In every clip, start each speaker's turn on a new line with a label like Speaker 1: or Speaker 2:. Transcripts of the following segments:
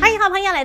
Speaker 1: 欢迎好朋友来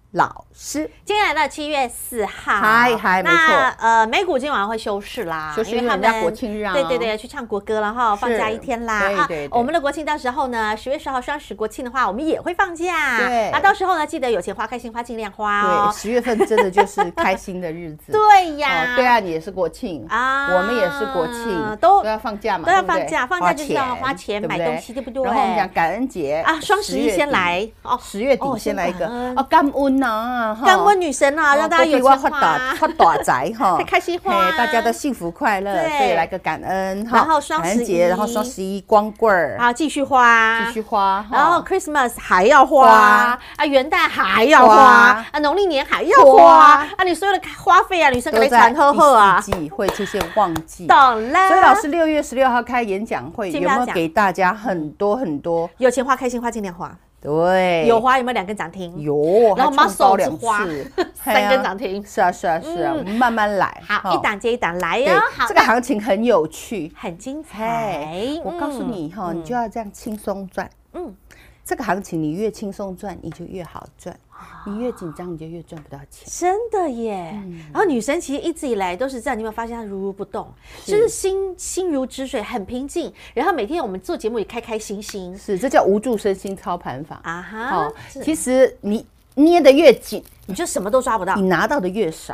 Speaker 2: 老师。
Speaker 1: 今天来到七月四号，
Speaker 2: 嗨嗨没错
Speaker 1: 那呃，美股今天晚上会休市啦，
Speaker 2: 休市
Speaker 1: 因为他
Speaker 2: 因为人
Speaker 1: 们
Speaker 2: 家国庆日啊
Speaker 1: 对对对，去唱国歌了哈，
Speaker 2: 是
Speaker 1: 放假一天啦。
Speaker 2: 对
Speaker 1: 啊
Speaker 2: 对对
Speaker 1: 我们的国庆到时候呢，十月十号双十国庆的话，我们也会放假。
Speaker 2: 对
Speaker 1: 那到时候呢，记得有钱花开心花，尽量花
Speaker 2: 对，
Speaker 1: 哦。
Speaker 2: 十月份真的就是开心的日 子。
Speaker 1: 对
Speaker 2: 哦
Speaker 1: 呀，
Speaker 2: 对岸也是国庆
Speaker 1: 啊
Speaker 2: 我们也是国庆，
Speaker 1: 都
Speaker 2: 都要放假嘛，
Speaker 1: 都要
Speaker 2: 对不对
Speaker 1: 放假放假就是要花钱
Speaker 2: 对不
Speaker 1: 买东西对不对
Speaker 2: 然后我们讲感恩节
Speaker 1: 啊，双十一
Speaker 2: 10月
Speaker 1: 先
Speaker 2: 底，
Speaker 1: 来哦，
Speaker 2: 十月
Speaker 1: 哦
Speaker 2: 底先来一个
Speaker 1: 感恩
Speaker 2: 哦，感恩呐，哈
Speaker 1: 干温女神啊，
Speaker 2: 哦
Speaker 1: 让大家有
Speaker 2: 国
Speaker 1: 钱
Speaker 2: 际化发达
Speaker 1: 花。
Speaker 2: 发大 财哈，
Speaker 1: 开心花
Speaker 2: 嘿大家都幸福快乐，
Speaker 1: 对
Speaker 2: 所以来个感恩哈，
Speaker 1: 然后双
Speaker 2: 感恩
Speaker 1: 十
Speaker 2: 节，然后
Speaker 1: 一
Speaker 2: 双十一光棍儿，
Speaker 1: 好，继续花，
Speaker 2: 继续花，
Speaker 1: 然后
Speaker 2: 哈
Speaker 1: Christmas 还要花
Speaker 2: 花
Speaker 1: 啊，元旦还要花
Speaker 2: 花
Speaker 1: 啊，农历年还要花
Speaker 2: 花
Speaker 1: 啊，你所有的花费啊，女生给
Speaker 2: 都
Speaker 1: 你
Speaker 2: 在
Speaker 1: 传呵呵啊
Speaker 2: 第，四季会出现旺 季。
Speaker 1: 懂了。
Speaker 2: 所以老师六月十六号开演讲会，
Speaker 1: 请
Speaker 2: 有
Speaker 1: 不要
Speaker 2: 没有
Speaker 1: 讲
Speaker 2: 给大家很多很多？
Speaker 1: 有钱花开心花尽量花，
Speaker 2: 对，
Speaker 1: 有花有没有两根涨停？。
Speaker 2: 有，
Speaker 1: 然后
Speaker 2: 还创高
Speaker 1: muscle
Speaker 2: 两
Speaker 1: 是花
Speaker 2: 次
Speaker 1: 三根涨停
Speaker 2: 嘿啊是啊是啊是啊，
Speaker 1: 嗯
Speaker 2: 我们慢慢来。
Speaker 1: 好，
Speaker 2: 哈
Speaker 1: 一档接一档来
Speaker 2: 对
Speaker 1: 哟。好，
Speaker 2: 这个行情很有趣。
Speaker 1: 很精彩
Speaker 2: 嘿。，我告诉
Speaker 1: 嗯
Speaker 2: 你哈，你就要这样轻松赚。
Speaker 1: 嗯
Speaker 2: 嗯，这个行情你越轻松赚，你就越好赚；
Speaker 1: 啊
Speaker 2: 你越紧张，你就越赚不到钱。
Speaker 1: 真的耶。
Speaker 2: 嗯
Speaker 1: 然后女神其实一直以来都是这样，你有没有发现她如如不动，就是心心如止水，很平静。然后每天我们做节目也开开心心
Speaker 2: 是，这叫无助身心操盘法。
Speaker 1: 啊哈
Speaker 2: 好，。
Speaker 1: 实
Speaker 2: 其实你捏得越紧，
Speaker 1: 你就什么都抓不到
Speaker 2: 你，拿到的越少；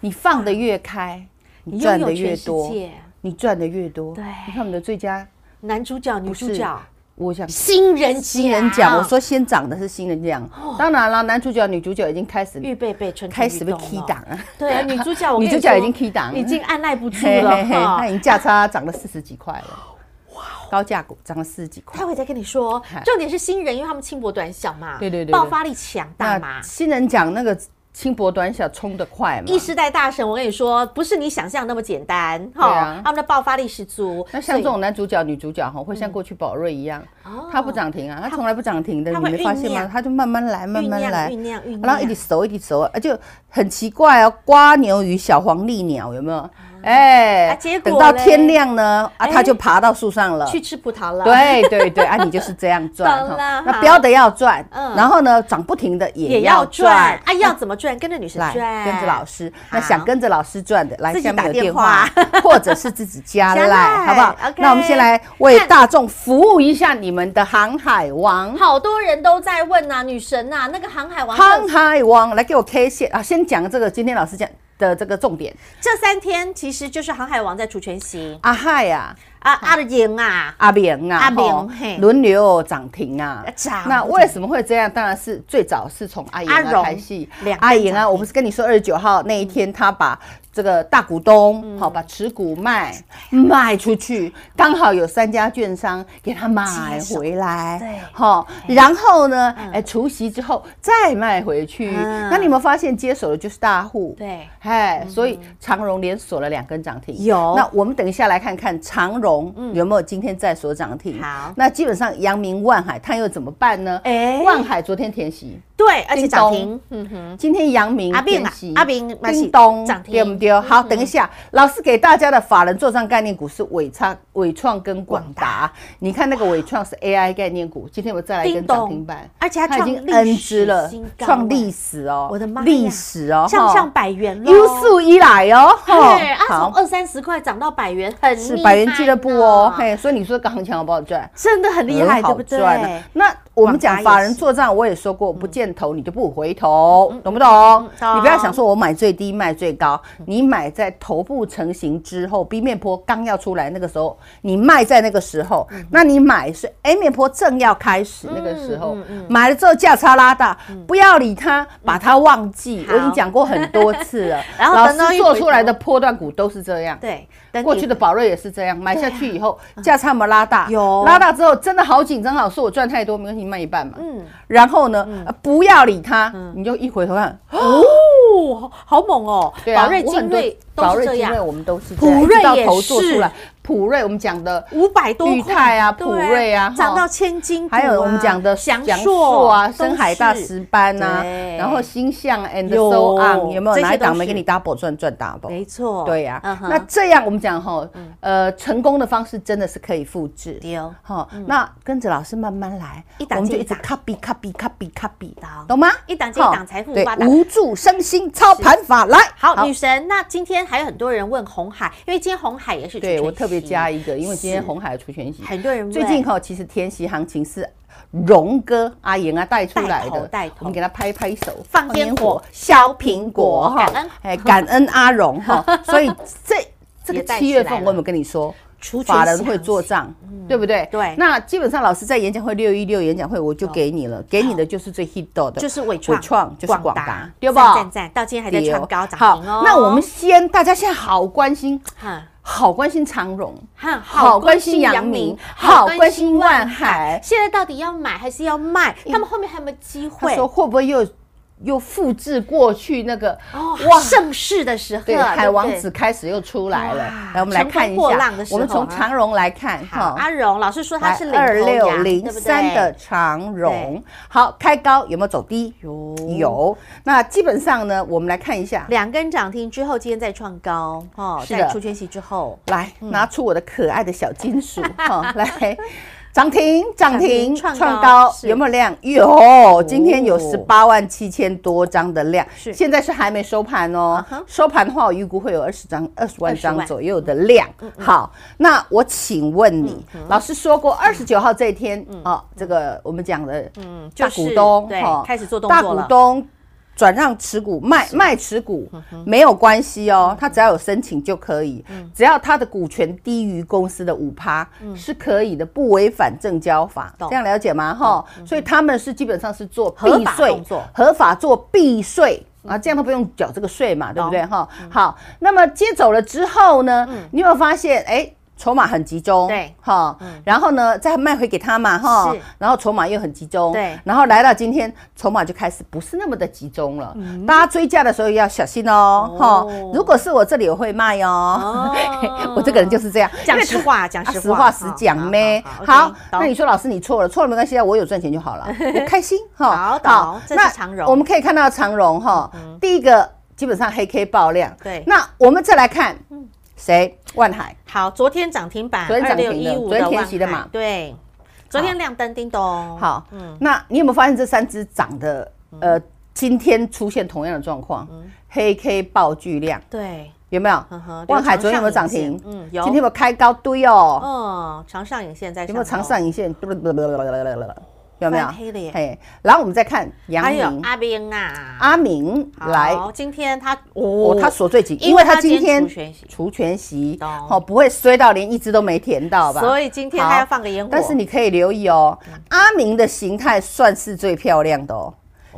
Speaker 2: 你放得越
Speaker 1: 啊
Speaker 2: 开，你赚的越多，你赚的越多。
Speaker 1: 对
Speaker 2: 你看我们的最佳，
Speaker 1: 男主角、女主
Speaker 2: 是
Speaker 1: 角、
Speaker 2: 我想
Speaker 1: 新人哦
Speaker 2: 新人奖，我说先涨的是新人奖，当然了，男主角、女主角已经开始
Speaker 1: 预备被蠢蠢
Speaker 2: 开始
Speaker 1: 欲
Speaker 2: 被
Speaker 1: 动
Speaker 2: key
Speaker 1: 了
Speaker 2: 档了。
Speaker 1: 对啊，女主角 我跟
Speaker 2: 女
Speaker 1: 你
Speaker 2: 主角已
Speaker 1: 说
Speaker 2: 经 key 档了
Speaker 1: 已经按耐不住
Speaker 2: 嘿
Speaker 1: 了
Speaker 2: 嘿嘿，
Speaker 1: 哈哦
Speaker 2: 它已。经价差涨了四十几块了，高价股涨了四十几块
Speaker 1: 待。会再跟你说，重点是新人，因为他们轻薄短小嘛，
Speaker 2: 对对对对
Speaker 1: 爆发力强大嘛
Speaker 2: 那。新人奖那个轻薄短小冲得快嘛
Speaker 1: 一，时代大神，我跟你说，不是你想象那么简单哈、
Speaker 2: 对啊
Speaker 1: 他们的爆发力十足。
Speaker 2: 那像这
Speaker 1: 所
Speaker 2: 种男主角、女主角哈，会像过去宝瑞一样，
Speaker 1: 哦
Speaker 2: 他不涨停啊，他从来不涨停的，
Speaker 1: 它
Speaker 2: 你
Speaker 1: 会
Speaker 2: 没发现
Speaker 1: 酝
Speaker 2: 吗
Speaker 1: 酿？
Speaker 2: 他就慢慢来，慢慢来
Speaker 1: 酝酿酝酿酝酿，
Speaker 2: 然后一直熟，一直熟，啊，就很奇怪哦。瓜牛与小黄鹂鸟有没有？哎
Speaker 1: 啊结，果
Speaker 2: 等到
Speaker 1: 嘞
Speaker 2: 天亮呢，啊，
Speaker 1: 哎
Speaker 2: 他就爬到树上了
Speaker 1: 以。去吃葡萄了，，
Speaker 2: 对对对，啊，你就是这样赚
Speaker 1: 懂了
Speaker 2: 哈。
Speaker 1: 好
Speaker 2: 那标的要赚，
Speaker 1: 嗯
Speaker 2: 然后呢，涨不停的也
Speaker 1: 也要
Speaker 2: 要
Speaker 1: 赚
Speaker 2: 赚。
Speaker 1: 啊！要怎么赚？跟着女神
Speaker 2: 来
Speaker 1: 赚，
Speaker 2: 跟着老
Speaker 1: 师。
Speaker 2: 师，
Speaker 1: 好
Speaker 2: 那想跟着老师赚的，来
Speaker 1: 自己
Speaker 2: 下面
Speaker 1: 打
Speaker 2: 有
Speaker 1: 电
Speaker 2: 电话，或者是自己 加
Speaker 1: 加赖
Speaker 2: 赖，好不好
Speaker 1: OK？
Speaker 2: 那我们先来为大众服务一下你们的航海王。
Speaker 1: 好多人都在问呐、女神呐、那个航海王
Speaker 2: 航
Speaker 1: 这
Speaker 2: 海王来给我 K 线啊！先讲这个，今天老师讲的这个重点。
Speaker 1: 这三天其实就是航海王在除权息
Speaker 2: 阿海啊，
Speaker 1: 啊，阿莹啊，
Speaker 2: 阿明啊，
Speaker 1: 阿明
Speaker 2: 吼
Speaker 1: 嘿
Speaker 2: 轮流涨停啊
Speaker 1: 啊涨
Speaker 2: 那为什么会这样？当然是最早是从阿莹
Speaker 1: 阿荣
Speaker 2: 啊开戏
Speaker 1: 两，个
Speaker 2: 阿莹
Speaker 1: 涨
Speaker 2: 啊，
Speaker 1: 停
Speaker 2: 我不是跟你说二十九号那一天，他把这个大股
Speaker 1: 嗯
Speaker 2: 东好把持股卖卖出去，刚好有三家券商给他买
Speaker 1: 接手
Speaker 2: 回来，
Speaker 1: 对
Speaker 2: 好，然后呢，哎，除夕之后再卖回去。
Speaker 1: 嗯
Speaker 2: 那你有没有发现接手的就是大户？
Speaker 1: 对，
Speaker 2: 哎，所以长荣连锁了两根涨停，
Speaker 1: 嗯有嗯
Speaker 2: 那我们等一下来看看长荣有没有今天在所涨停。
Speaker 1: 好
Speaker 2: 那基本上阳明、万海它又怎么办呢？
Speaker 1: 哎
Speaker 2: 万海昨天填息，
Speaker 1: 对，而且
Speaker 2: 叮
Speaker 1: 涨
Speaker 2: 咚
Speaker 1: 停，嗯哼，
Speaker 2: 今天阳明
Speaker 1: 阿炳啊
Speaker 2: 填息，
Speaker 1: 阿炳嘛是
Speaker 2: 叮咚
Speaker 1: 涨停嗯
Speaker 2: 对不对？好，等一下，老师给大家的法人做账概念股是伟创、伟创跟广达。你看那个伟创是 AI 概念股，今天我再来一
Speaker 1: 叮
Speaker 2: 根
Speaker 1: 咚
Speaker 2: 涨停板，
Speaker 1: 而且它
Speaker 2: 它已
Speaker 1: 创
Speaker 2: 经
Speaker 1: 历
Speaker 2: N
Speaker 1: 史
Speaker 2: 值了
Speaker 1: 新高，
Speaker 2: 创
Speaker 1: 哎
Speaker 2: 历史哦，
Speaker 1: 我的妈呀
Speaker 2: 历史哦，
Speaker 1: 向
Speaker 2: 哈
Speaker 1: 上百元喽，
Speaker 2: 有史以来哦，哈
Speaker 1: 对啊，从
Speaker 2: 好。
Speaker 1: 二三十块涨到百元，很
Speaker 2: 是
Speaker 1: 厉
Speaker 2: 百元
Speaker 1: 害
Speaker 2: 俱乐部哦，
Speaker 1: 呢
Speaker 2: 嘿，所以你说港行强好不好赚？
Speaker 1: 真的很厉害，对
Speaker 2: 很好
Speaker 1: 不
Speaker 2: 赚啊
Speaker 1: 对？
Speaker 2: 那我们讲
Speaker 1: 广达也
Speaker 2: 法人
Speaker 1: 是
Speaker 2: 作战，我也说过，不见头你就不回头，懂不懂？
Speaker 1: 嗯懂嗯
Speaker 2: 你不要想说我买最低卖最高，你买在头部成型之后，B 面坡刚要出来那个时候，你卖在那个时候，
Speaker 1: 嗯
Speaker 2: 那你买是 A 面坡正要开始那个时候
Speaker 1: 嗯嗯，
Speaker 2: 买了之后价差拉大，不要理它，把它忘记。
Speaker 1: 嗯好
Speaker 2: 我已经讲过很多次了
Speaker 1: ，然后
Speaker 2: 老
Speaker 1: 等到
Speaker 2: 师
Speaker 1: 一
Speaker 2: 做
Speaker 1: 回
Speaker 2: 出来
Speaker 1: 头
Speaker 2: 的波段股都是这样。
Speaker 1: 对，等
Speaker 2: 过
Speaker 1: 你
Speaker 2: 去的宝瑞也是这样，买下去以后价差嘛拉大，
Speaker 1: 啊嗯有
Speaker 2: 拉大之后真的好紧张，好说我赚太多，没关系，卖一半嘛。
Speaker 1: 嗯
Speaker 2: 然后呢，呃不要理他，你就一回头看，
Speaker 1: 哦，好猛哦，
Speaker 2: 对啊
Speaker 1: 宝瑞、
Speaker 2: 我很
Speaker 1: 精
Speaker 2: 多
Speaker 1: 锐
Speaker 2: 宝
Speaker 1: 都是
Speaker 2: 瑞、
Speaker 1: 这
Speaker 2: 精锐
Speaker 1: 样，
Speaker 2: 我们都是
Speaker 1: 普瑞
Speaker 2: 这样一直
Speaker 1: 也
Speaker 2: 到头做
Speaker 1: 是
Speaker 2: 出来，普瑞我们讲的
Speaker 1: 五百多
Speaker 2: 裕
Speaker 1: 块
Speaker 2: 泰啊
Speaker 1: 对
Speaker 2: 普瑞啊哈
Speaker 1: 涨到千金股啊，
Speaker 2: 还有我们讲的
Speaker 1: 翔
Speaker 2: 硕
Speaker 1: 硕
Speaker 2: 啊、
Speaker 1: 都
Speaker 2: 深海大
Speaker 1: 是
Speaker 2: 石斑啊
Speaker 1: 对，
Speaker 2: 然后星象 and
Speaker 1: 有
Speaker 2: so on 有没有
Speaker 1: 这些
Speaker 2: 哪一档
Speaker 1: 都
Speaker 2: 没
Speaker 1: 是
Speaker 2: 给你 double 赚赚 double？
Speaker 1: 没错，
Speaker 2: 对呀、
Speaker 1: 嗯哼嗯
Speaker 2: 那这样我们讲哈，呃，成功的方式真的是可以复制。
Speaker 1: 对哦
Speaker 2: 好，那跟着老师慢慢来，
Speaker 1: 一档
Speaker 2: 我们就
Speaker 1: 接
Speaker 2: 一
Speaker 1: 一
Speaker 2: 直
Speaker 1: 档
Speaker 2: copy copy copy copy，
Speaker 1: 懂
Speaker 2: 懂吗？
Speaker 1: 一档接一档
Speaker 2: 齁
Speaker 1: 财富
Speaker 2: 对
Speaker 1: 发，达
Speaker 2: 无助身心操盘法来。
Speaker 1: 好，女神，那今天还有很多人问红海，因为今天红海也是
Speaker 2: 对
Speaker 1: 主
Speaker 2: 我
Speaker 1: 权
Speaker 2: 特别
Speaker 1: 息
Speaker 2: 加一个，因为今天
Speaker 1: 是
Speaker 2: 红海出全息，
Speaker 1: 很多人问
Speaker 2: 最近哈，其实天息行情是荣哥阿言啊带出来
Speaker 1: 带头
Speaker 2: 的
Speaker 1: 带头，
Speaker 2: 我们给他拍拍手，
Speaker 1: 放烟火
Speaker 2: 削苹果哈
Speaker 1: 感恩，
Speaker 2: 哎，感恩阿荣 哈，所以这这
Speaker 1: 也
Speaker 2: 个
Speaker 1: 带
Speaker 2: 七
Speaker 1: 起
Speaker 2: 月
Speaker 1: 来
Speaker 2: 份
Speaker 1: 了
Speaker 2: 我有没有跟你说
Speaker 1: 除？权
Speaker 2: 法
Speaker 1: 息
Speaker 2: 人会
Speaker 1: 行
Speaker 2: 做
Speaker 1: 情
Speaker 2: 账，对不对？
Speaker 1: 对
Speaker 2: 那基本上老师在演讲会六一六演讲会，我就给你了，给你的就是最 hit 的，
Speaker 1: 就是伟创，
Speaker 2: 伟创就是广达，对不？
Speaker 1: 赞赞赞，到今天还在创高涨
Speaker 2: 好
Speaker 1: 停哦。，
Speaker 2: 那我们先，大家现在好关心，
Speaker 1: 哈
Speaker 2: 好关心长荣，
Speaker 1: 哈
Speaker 2: 好关心阳明，好关心万海。嗯
Speaker 1: 现在到底要买还是要卖？他们后面还有没有机
Speaker 2: 他
Speaker 1: 会？
Speaker 2: 说会不会又又复制过去那个
Speaker 1: 哦，
Speaker 2: 哇
Speaker 1: 盛世的时候，
Speaker 2: 对，海王
Speaker 1: 对
Speaker 2: 子开始又出来了
Speaker 1: 哇。
Speaker 2: 来，我们来看
Speaker 1: 乘风
Speaker 2: 一
Speaker 1: 破浪的
Speaker 2: 下
Speaker 1: 时，候啊
Speaker 2: 我们从长荣来看
Speaker 1: 好，阿荣老师说他
Speaker 2: 来
Speaker 1: 是
Speaker 2: 嗯二
Speaker 1: 领头
Speaker 2: 六
Speaker 1: 羊
Speaker 2: 零三的，长荣，好，开高有没有走低？
Speaker 1: 有
Speaker 2: 有。那基本上呢，我们来看一下
Speaker 1: 对不对，两根涨停之后，今天再创高哦，
Speaker 2: 是
Speaker 1: 在
Speaker 2: 的
Speaker 1: 出圈息之 后，
Speaker 2: 来拿出我的可爱的小金属哈，来。涨停，涨停，
Speaker 1: 嗯涨停创高
Speaker 2: 创高，
Speaker 1: 是哦
Speaker 2: 有没有量？有，今天有十八万七千多张的量，
Speaker 1: 是
Speaker 2: 现在是还没收盘哦
Speaker 1: 啊哈。
Speaker 2: 收盘的话，我预估会有二十张、二十万
Speaker 1: 20
Speaker 2: 张
Speaker 1: 万嗯
Speaker 2: 左右的量。好，那我请问你，老师说过二十九号这一天哦，这个我们讲的
Speaker 1: 嗯，
Speaker 2: 大
Speaker 1: 就是
Speaker 2: 股东
Speaker 1: 对
Speaker 2: 哈，
Speaker 1: 开始做动
Speaker 2: 大
Speaker 1: 作
Speaker 2: 股
Speaker 1: 了，
Speaker 2: 东转让持股卖卖持股
Speaker 1: 嗯
Speaker 2: 没有关系哦，他只要有申请就可以，
Speaker 1: 嗯
Speaker 2: 只要他的股权低于公司的五趴是可以的，不违反证交法，
Speaker 1: 懂嗯
Speaker 2: 这样了解吗？哈，所以他们是基本上是做
Speaker 1: 合
Speaker 2: 避
Speaker 1: 法
Speaker 2: 税
Speaker 1: 动作，嗯
Speaker 2: 合法做避税。啊，这样都不用缴这个税嘛，对不对哈？好，那么接走了之后呢，你有没有发现，哎，筹码很集中，
Speaker 1: 嗯对嗯
Speaker 2: 哈，然后呢再卖回给他嘛，哈
Speaker 1: 是，
Speaker 2: 然后筹码又很集中，
Speaker 1: 对
Speaker 2: 然后来到今天，筹码就开始不是那么的集中了。大家追价的时候要小心哦，哈、
Speaker 1: 嗯哦
Speaker 2: 如果是我这里，我会卖哦。
Speaker 1: 哦
Speaker 2: 我这个人就是这样，
Speaker 1: 讲
Speaker 2: 因为
Speaker 1: 实话，讲
Speaker 2: 啊
Speaker 1: 实
Speaker 2: 实
Speaker 1: 话，
Speaker 2: 话实讲呗。
Speaker 1: 好
Speaker 2: 好，那
Speaker 1: 那
Speaker 2: 你
Speaker 1: 你
Speaker 2: 说老师你错了，错了没关系啊，我有赚钱就 好了，我开心
Speaker 1: 好
Speaker 2: 哈。
Speaker 1: 懂这是长荣嗯
Speaker 2: 我们可以看到长荣哈，第一个基本上黑 K 爆量。
Speaker 1: 对嗯
Speaker 2: 那我们再来看谁？万海。
Speaker 1: 好，昨天涨停板，
Speaker 2: 昨天涨停的
Speaker 1: 2615
Speaker 2: 昨天填
Speaker 1: 万
Speaker 2: 息的
Speaker 1: 海
Speaker 2: 嘛
Speaker 1: 对，昨天亮灯叮咚，
Speaker 2: 好，
Speaker 1: 嗯
Speaker 2: 那你有没有发现这三只涨的呃，今天出现同样的状况？黑 K 爆巨量
Speaker 1: 对，
Speaker 2: 有没有
Speaker 1: 嗯哼？
Speaker 2: 万海昨天有没有涨
Speaker 1: 有
Speaker 2: 停？
Speaker 1: 长上影线嗯
Speaker 2: 今
Speaker 1: 有
Speaker 2: 天有没有开高堆哦？
Speaker 1: 哦，长上哦影线在
Speaker 2: 有没有长上影线？有没有
Speaker 1: 翻黑了耶？
Speaker 2: 嘿，然后我们再看杨
Speaker 1: 还有
Speaker 2: 明、
Speaker 1: 阿兵啊，
Speaker 2: 阿明
Speaker 1: 好
Speaker 2: 来。
Speaker 1: 今天他
Speaker 2: 哦
Speaker 1: 哦，
Speaker 2: 他锁最紧，
Speaker 1: 因为
Speaker 2: 因为他
Speaker 1: 他
Speaker 2: 今
Speaker 1: 今天
Speaker 2: 天
Speaker 1: 除权息
Speaker 2: 除权息
Speaker 1: 懂，
Speaker 2: 哦，不会衰到连一只都没填到吧？
Speaker 1: 所以今天他
Speaker 2: 好
Speaker 1: 要放个烟火，嗯
Speaker 2: 但是你可以留意哦，阿明的形态算是最漂亮的哦。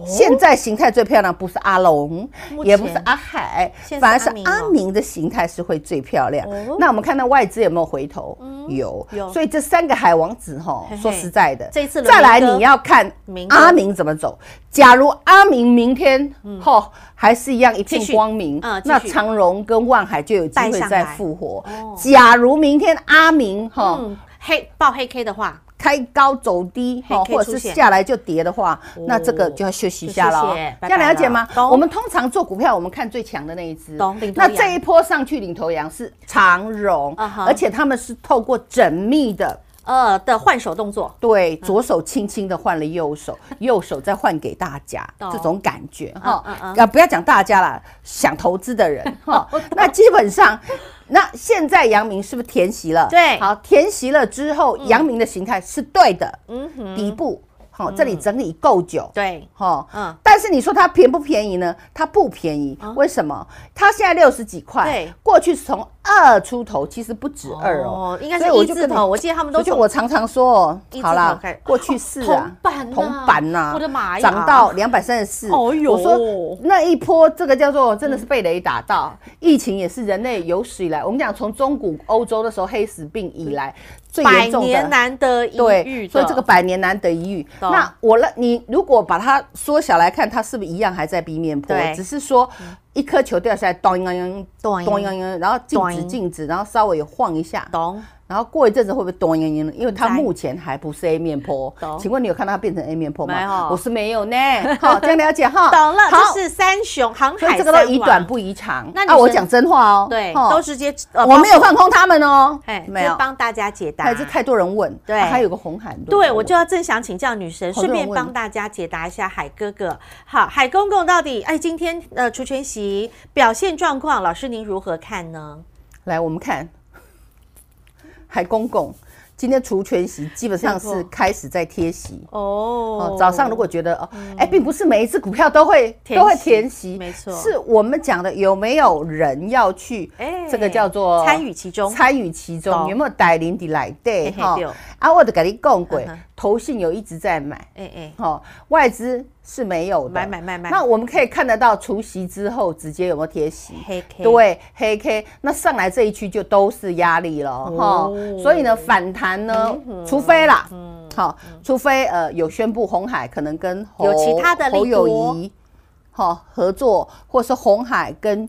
Speaker 2: 现在形态最漂亮不是阿龙
Speaker 1: 目，前
Speaker 2: 也不是阿海
Speaker 1: 现，在
Speaker 2: 反而
Speaker 1: 是
Speaker 2: 是
Speaker 1: 阿明哦
Speaker 2: 阿明的形态是会最漂亮
Speaker 1: 哦。嗯
Speaker 2: 那我们看到外资有没有回头？有
Speaker 1: 有，
Speaker 2: 所以这三个海王子哈
Speaker 1: 嘿嘿，
Speaker 2: 说实在的，
Speaker 1: 这一次轮
Speaker 2: 再来
Speaker 1: 明哥
Speaker 2: 你要看
Speaker 1: 明哥
Speaker 2: 阿明怎么走。假如阿明明天吼还是一样一片
Speaker 1: 嗯继续
Speaker 2: 光明
Speaker 1: 嗯，继
Speaker 2: 那
Speaker 1: 续
Speaker 2: 长荣跟万海就有机
Speaker 1: 带
Speaker 2: 会
Speaker 1: 上来
Speaker 2: 再复活
Speaker 1: 哦。
Speaker 2: 假如明天阿明哈
Speaker 1: 嗯，黑爆黑 K 的话，
Speaker 2: 开高走低，
Speaker 1: 嘿
Speaker 2: 哈，
Speaker 1: 可以
Speaker 2: 或
Speaker 1: 出
Speaker 2: 者是
Speaker 1: 现
Speaker 2: 下来就跌的话，那这个
Speaker 1: 哦
Speaker 2: 就要休息一下了
Speaker 1: 就
Speaker 2: 哦
Speaker 1: 谢谢。
Speaker 2: 这
Speaker 1: 拜
Speaker 2: 样
Speaker 1: 拜
Speaker 2: 了解吗？
Speaker 1: 了
Speaker 2: 我们通常做股票，我们看最强的那一只
Speaker 1: 懂领。头
Speaker 2: 那
Speaker 1: 羊
Speaker 2: 这一波上去领头羊是长荣
Speaker 1: 啊哈，
Speaker 2: 而且他们是透过缜密的。
Speaker 1: 呃的换手动作，
Speaker 2: 对，左手轻轻的换了 右手，右手再换给大家，
Speaker 1: 懂
Speaker 2: 这种感觉哈
Speaker 1: 嗯嗯。哦
Speaker 2: 啊，不要讲大家啦，想投资的人 哈，那基本上。那现在阳明是不是填息了？
Speaker 1: 对嗯
Speaker 2: 好，填息了之后，阳明的形态是对的，
Speaker 1: 嗯哼，
Speaker 2: 底部好、这里整理够久，
Speaker 1: 对，
Speaker 2: 哈，
Speaker 1: 嗯
Speaker 2: 嗯，但是你说它便不便宜呢？它不便宜，为什么？它现在六十几块，
Speaker 1: 啊对，
Speaker 2: 过去是从二出头，其实不止二哦，
Speaker 1: 应该是
Speaker 2: 所以我
Speaker 1: 一
Speaker 2: 就
Speaker 1: 字
Speaker 2: 跟你
Speaker 1: 头，我记得他们都
Speaker 2: 所以就
Speaker 1: 从
Speaker 2: 我常常说哦
Speaker 1: 一，字
Speaker 2: 好啦
Speaker 1: 头开始，哦
Speaker 2: 过去是啊，
Speaker 1: 铜板呐
Speaker 2: 铜板呐，
Speaker 1: 啊我的妈呀
Speaker 2: 涨到两百三十四，
Speaker 1: 哎呦
Speaker 2: 我说那一波这个叫做真的是被雷打到，疫情也是人类有史以来，我们讲从中古欧洲的时候黑死病以来最
Speaker 1: 百
Speaker 2: 严重
Speaker 1: 年
Speaker 2: 的。
Speaker 1: 难得一遇
Speaker 2: 对，
Speaker 1: 的，
Speaker 2: 所以这个百年难得一遇。
Speaker 1: 懂
Speaker 2: 那我了，你如果把它缩小来看，它是不是一样还在 B 面坡
Speaker 1: 对？
Speaker 2: 只是说一颗球掉下来，咚咚咚
Speaker 1: 咚
Speaker 2: 咚咚咚，然后静止
Speaker 1: 咚
Speaker 2: 静止，然后稍微有晃一下，
Speaker 1: 懂
Speaker 2: 然后过一阵子会不会咚咚咚？因为它
Speaker 1: 在
Speaker 2: 目前还不是 A 面坡
Speaker 1: 懂。
Speaker 2: 请问你有看到它变成 A 面坡
Speaker 1: 没有
Speaker 2: 吗？我是没有 呢。好，这样了解哈。
Speaker 1: 懂了，
Speaker 2: 好
Speaker 1: 这，是三雄航
Speaker 2: 所以
Speaker 1: 海
Speaker 2: 这
Speaker 1: 三
Speaker 2: 个
Speaker 1: 王，
Speaker 2: 都宜短不宜长。
Speaker 1: 那女
Speaker 2: 啊，我
Speaker 1: 生
Speaker 2: 讲真话哦。
Speaker 1: 对，
Speaker 2: 哦
Speaker 1: 都直接呃
Speaker 2: 我没有，放空他们哦
Speaker 1: 帮哎，。
Speaker 2: 没有
Speaker 1: 就。帮大家解答
Speaker 2: 还，是太多人问，
Speaker 1: 对
Speaker 2: 啊还有个红海，
Speaker 1: 对，我就要正想请教女神，
Speaker 2: 好多
Speaker 1: 顺
Speaker 2: 人
Speaker 1: 便
Speaker 2: 问
Speaker 1: 帮大家解答一下海哥哥。好，海公公到底哎，今天呃除权息表现状况，老师您如何看呢？
Speaker 2: 来，我们看海公公今天除权息基本上是开始在贴息。
Speaker 1: 哦嗯
Speaker 2: 哦，早上如果觉得哦，哎、并不是每一只股票都会
Speaker 1: 填息
Speaker 2: 都会填息，
Speaker 1: 没错
Speaker 2: 是我们讲的有没有人要去，
Speaker 1: 哎
Speaker 2: 这个叫做
Speaker 1: 参与其中
Speaker 2: 参与其
Speaker 1: 懂
Speaker 2: 中，有没有带领的来
Speaker 1: 嘿
Speaker 2: 对
Speaker 1: 嘿对
Speaker 2: 啊，我得跟你讲过
Speaker 1: 嗯哼，
Speaker 2: 投信有一直在买，
Speaker 1: 哎哎，
Speaker 2: 哦，外资是没有的，
Speaker 1: 买买卖卖
Speaker 2: 那我们可以看得到除息之后直接有没有贴息？
Speaker 1: 黑 K
Speaker 2: 对，黑 K，那上来这一区就都是压力了哈、
Speaker 1: 哦嗯
Speaker 2: 所以呢，反弹呢，除非啦，好、除非呃有宣布红海可能跟
Speaker 1: 有其他的
Speaker 2: 侯
Speaker 1: 利
Speaker 2: 友
Speaker 1: 多
Speaker 2: 谊哈、合作，或是红海跟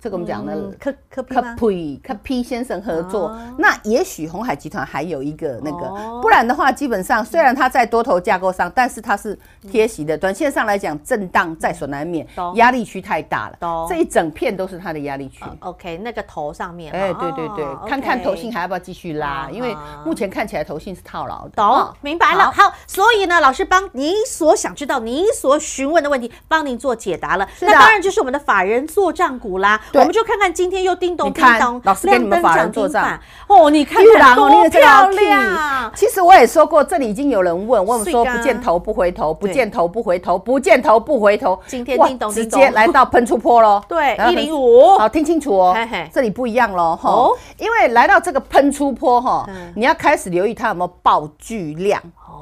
Speaker 2: 这个我们讲的。
Speaker 1: 嗯科科比
Speaker 2: 科
Speaker 1: 吗？嗯
Speaker 2: 皮科皮先生合作，那也许红海集团还有一个那个，
Speaker 1: 哦嗯
Speaker 2: 不然的话，基本上虽然它在多头架构上，但是它是贴息的，短线上来讲震荡在所难免
Speaker 1: 嗯懂，
Speaker 2: 压力区太大了
Speaker 1: 懂，
Speaker 2: 这一整片都是它的压力区。
Speaker 1: 哦 OK，那个头上面嘛，
Speaker 2: 哎，对对对
Speaker 1: 哦，
Speaker 2: 看看
Speaker 1: OK
Speaker 2: 投信还要不要继续
Speaker 1: 啊
Speaker 2: 拉，因为
Speaker 1: 哈
Speaker 2: 目前看起来投信是套牢的。
Speaker 1: 懂
Speaker 2: 哦，
Speaker 1: 明白了。好，所以呢，老师帮你所想知道、你所询问的问题，帮您做解答了。
Speaker 2: 是
Speaker 1: 那
Speaker 2: 的
Speaker 1: 当然就是我们的法人做账股啦。我
Speaker 2: 对
Speaker 1: 们就看看今天又叮咚
Speaker 2: 你
Speaker 1: 叮
Speaker 2: 看
Speaker 1: 咚，
Speaker 2: 老师给你们
Speaker 1: 亮灯
Speaker 2: 法人
Speaker 1: 涨
Speaker 2: 做
Speaker 1: 停板
Speaker 2: 账
Speaker 1: 哦，你看
Speaker 2: 又
Speaker 1: 看
Speaker 2: 然哦，你
Speaker 1: 多
Speaker 2: 的这个
Speaker 1: 漂
Speaker 2: 好
Speaker 1: 亮
Speaker 2: key。其实我也说过，这里已经有人问，问我说
Speaker 1: 是啊
Speaker 2: 不见头不回头，不
Speaker 1: 对
Speaker 2: 见头不回头，不见头不回头。
Speaker 1: 今天
Speaker 2: 哇
Speaker 1: 叮咚
Speaker 2: 直
Speaker 1: 叮咚。
Speaker 2: 接来到喷出坡喽
Speaker 1: 对
Speaker 2: 来，到
Speaker 1: 一
Speaker 2: 喷
Speaker 1: 零五，
Speaker 2: 好，听清楚哦
Speaker 1: 嘿嘿，
Speaker 2: 这里不一样喽哈
Speaker 1: 哦，
Speaker 2: 因为来到这个喷出坡哈
Speaker 1: 嗯，
Speaker 2: 你要开始留意它有没有爆巨量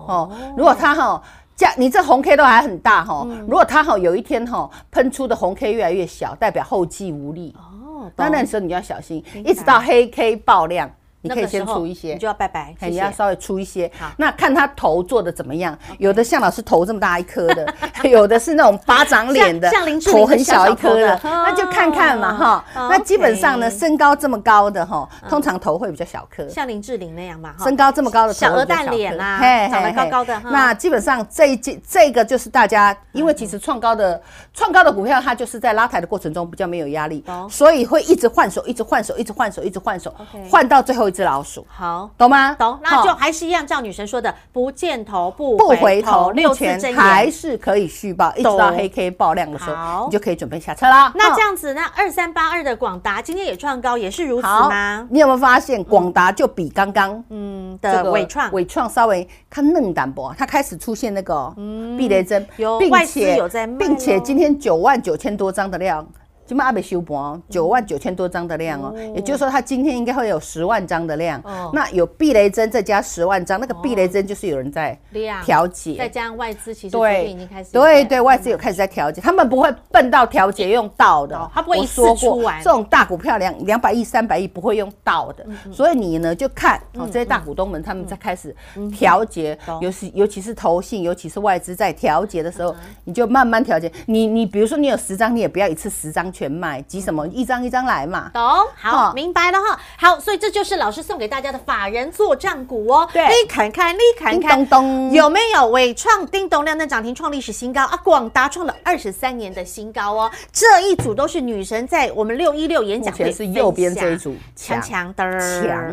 Speaker 2: 哦。如果它哈价，你这红 K 都还很大哈，
Speaker 1: 嗯
Speaker 2: 如果它哈有一天哈喷出的红 K 越来越小，代表后继无力。
Speaker 1: 哦，
Speaker 2: 那
Speaker 1: 懂
Speaker 2: 那时候你就要小心，
Speaker 1: 明白
Speaker 2: 一直到黑 K 爆量，你可
Speaker 1: 那
Speaker 2: 以
Speaker 1: 个时
Speaker 2: 先
Speaker 1: 候
Speaker 2: 出一些
Speaker 1: 你就。要拜拜，谢
Speaker 2: 哎，你要
Speaker 1: 谢。
Speaker 2: 稍微出一些
Speaker 1: 好，
Speaker 2: 那看他头做的怎么样。有的像老师头这么大一颗的，有的是那种巴掌脸的，
Speaker 1: 像像林志玲
Speaker 2: 头很小一颗
Speaker 1: 的
Speaker 2: 的，
Speaker 1: 小小头的
Speaker 2: 那就看看嘛哈。
Speaker 1: 哦
Speaker 2: 那基本上呢，
Speaker 1: OK 嗯
Speaker 2: 身高这么高的哈，通常头会比较小颗。
Speaker 1: 像林志玲那样嘛，哈
Speaker 2: 身高这么高的
Speaker 1: 小
Speaker 2: 头
Speaker 1: 鹅
Speaker 2: 会比较
Speaker 1: 蛋
Speaker 2: 颗
Speaker 1: 脸啦
Speaker 2: 嘿嘿
Speaker 1: 长得高
Speaker 2: 嘿
Speaker 1: 高的哈嗯
Speaker 2: 那基本上这一季这个就是大家，因为其实创高的创高的股票，它就是在拉抬的过程中比较没有压力
Speaker 1: 懂，
Speaker 2: 所以会一直换手，一直换手，一直换手，一直换手
Speaker 1: OK，
Speaker 2: 换到最后一只老鼠，
Speaker 1: 好。
Speaker 2: 懂吗？
Speaker 1: 懂，那就
Speaker 2: 好
Speaker 1: 还是一样，照女神说的，不见头不
Speaker 2: 不回头，
Speaker 1: 六
Speaker 2: 目
Speaker 1: 字
Speaker 2: 前
Speaker 1: 真
Speaker 2: 还
Speaker 1: 言。
Speaker 2: 是可以续报，一直到黑 K 爆量的时
Speaker 1: 好
Speaker 2: 候，你就可以准备下车啦。
Speaker 1: 那
Speaker 2: 哈
Speaker 1: 这样子，那二三八二的广达今天也创高，也是如此
Speaker 2: 好
Speaker 1: 吗，？
Speaker 2: 你有没有发现广达就比刚刚
Speaker 1: 嗯
Speaker 2: 这
Speaker 1: 的
Speaker 2: 个
Speaker 1: 伟创，
Speaker 2: 伟创稍微它嫩淡薄，它开始出现那个避雷针
Speaker 1: 嗯有，
Speaker 2: 并
Speaker 1: 外资
Speaker 2: 且
Speaker 1: 有在卖
Speaker 2: 并且
Speaker 1: 咯
Speaker 2: 今天九万九千多张的量。今麦阿北修
Speaker 1: 嗯
Speaker 2: 博哦九万九千多张的量哦，也就是说它今天应该会有十万张的量
Speaker 1: 哦。
Speaker 2: 那有避雷针再加十万张，那个避雷针就是有人在
Speaker 1: 量
Speaker 2: 调
Speaker 1: 再
Speaker 2: 节，
Speaker 1: 加上外资，其实最
Speaker 2: 对
Speaker 1: 近已经开始
Speaker 2: 对
Speaker 1: 在
Speaker 2: 对，外资有开始在调节，他们不会笨到调节用倒的
Speaker 1: 哦，它不会
Speaker 2: 我
Speaker 1: 一次
Speaker 2: 说过
Speaker 1: 出完
Speaker 2: 这种大股票两两百亿、三百亿不会用倒
Speaker 1: 嗯
Speaker 2: 的，所以你呢就看哦，这些大股东们他们在开始调节
Speaker 1: 嗯懂，嗯
Speaker 2: 尤其尤其是投信，尤其是外资在调节的时候，你就慢慢调节。你你比如说你有十张，你也不要一次十张全卖，急什
Speaker 1: 嗯
Speaker 2: 么？一张一张来嘛。
Speaker 1: 懂好，
Speaker 2: 哦
Speaker 1: 明白了哈。好，所以这就是老师送给大家的法人做账股哦。
Speaker 2: 对
Speaker 1: 你看看，你看
Speaker 2: 叮
Speaker 1: 看，
Speaker 2: 咚咚，
Speaker 1: 有没有伟创叮咚亮灯涨停创历史新高啊？广达创了二十三年的新高哦。这一组都是女神在我们六一六演
Speaker 2: 目
Speaker 1: 讲
Speaker 2: 前
Speaker 1: 会
Speaker 2: 是右边
Speaker 1: 分享
Speaker 2: 这一组
Speaker 1: 强
Speaker 2: 强。
Speaker 1: 强的儿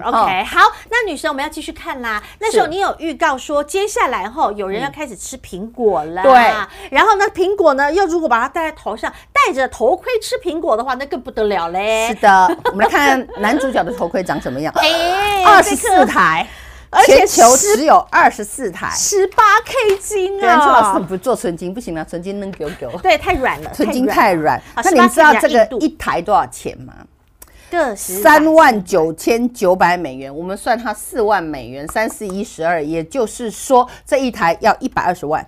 Speaker 2: 强哦
Speaker 1: OK，好，那女神我们要继续看啦。那时候你有预告说，接下来后有人要开始吃苹果了，
Speaker 2: 对。
Speaker 1: 然后呢，苹果呢，又如果把它戴在头上，戴着头盔吃苹果的话，那更不得了嘞
Speaker 2: 是。的，我们来看男主角的头盔长什么样。
Speaker 1: 哎
Speaker 2: 二十四
Speaker 1: 这颗
Speaker 2: 台，
Speaker 1: 而且
Speaker 2: 全球
Speaker 1: 十
Speaker 2: 只有二十四台。
Speaker 1: 十八 K 金
Speaker 2: 对，邱老师你
Speaker 1: 啊，
Speaker 2: 不做纯金不行啊，纯金能给 给我。
Speaker 1: 对，太软了，
Speaker 2: 纯金
Speaker 1: 了
Speaker 2: 太软
Speaker 1: 啊。
Speaker 2: 那你
Speaker 1: 18
Speaker 2: 知道
Speaker 1: K
Speaker 2: 这个
Speaker 1: 加印度
Speaker 2: 一台多少钱吗？
Speaker 1: 个十
Speaker 2: 三万九千九百美元，我们算它四万美元，三四一十二，也就是说这一台要一百二 十万。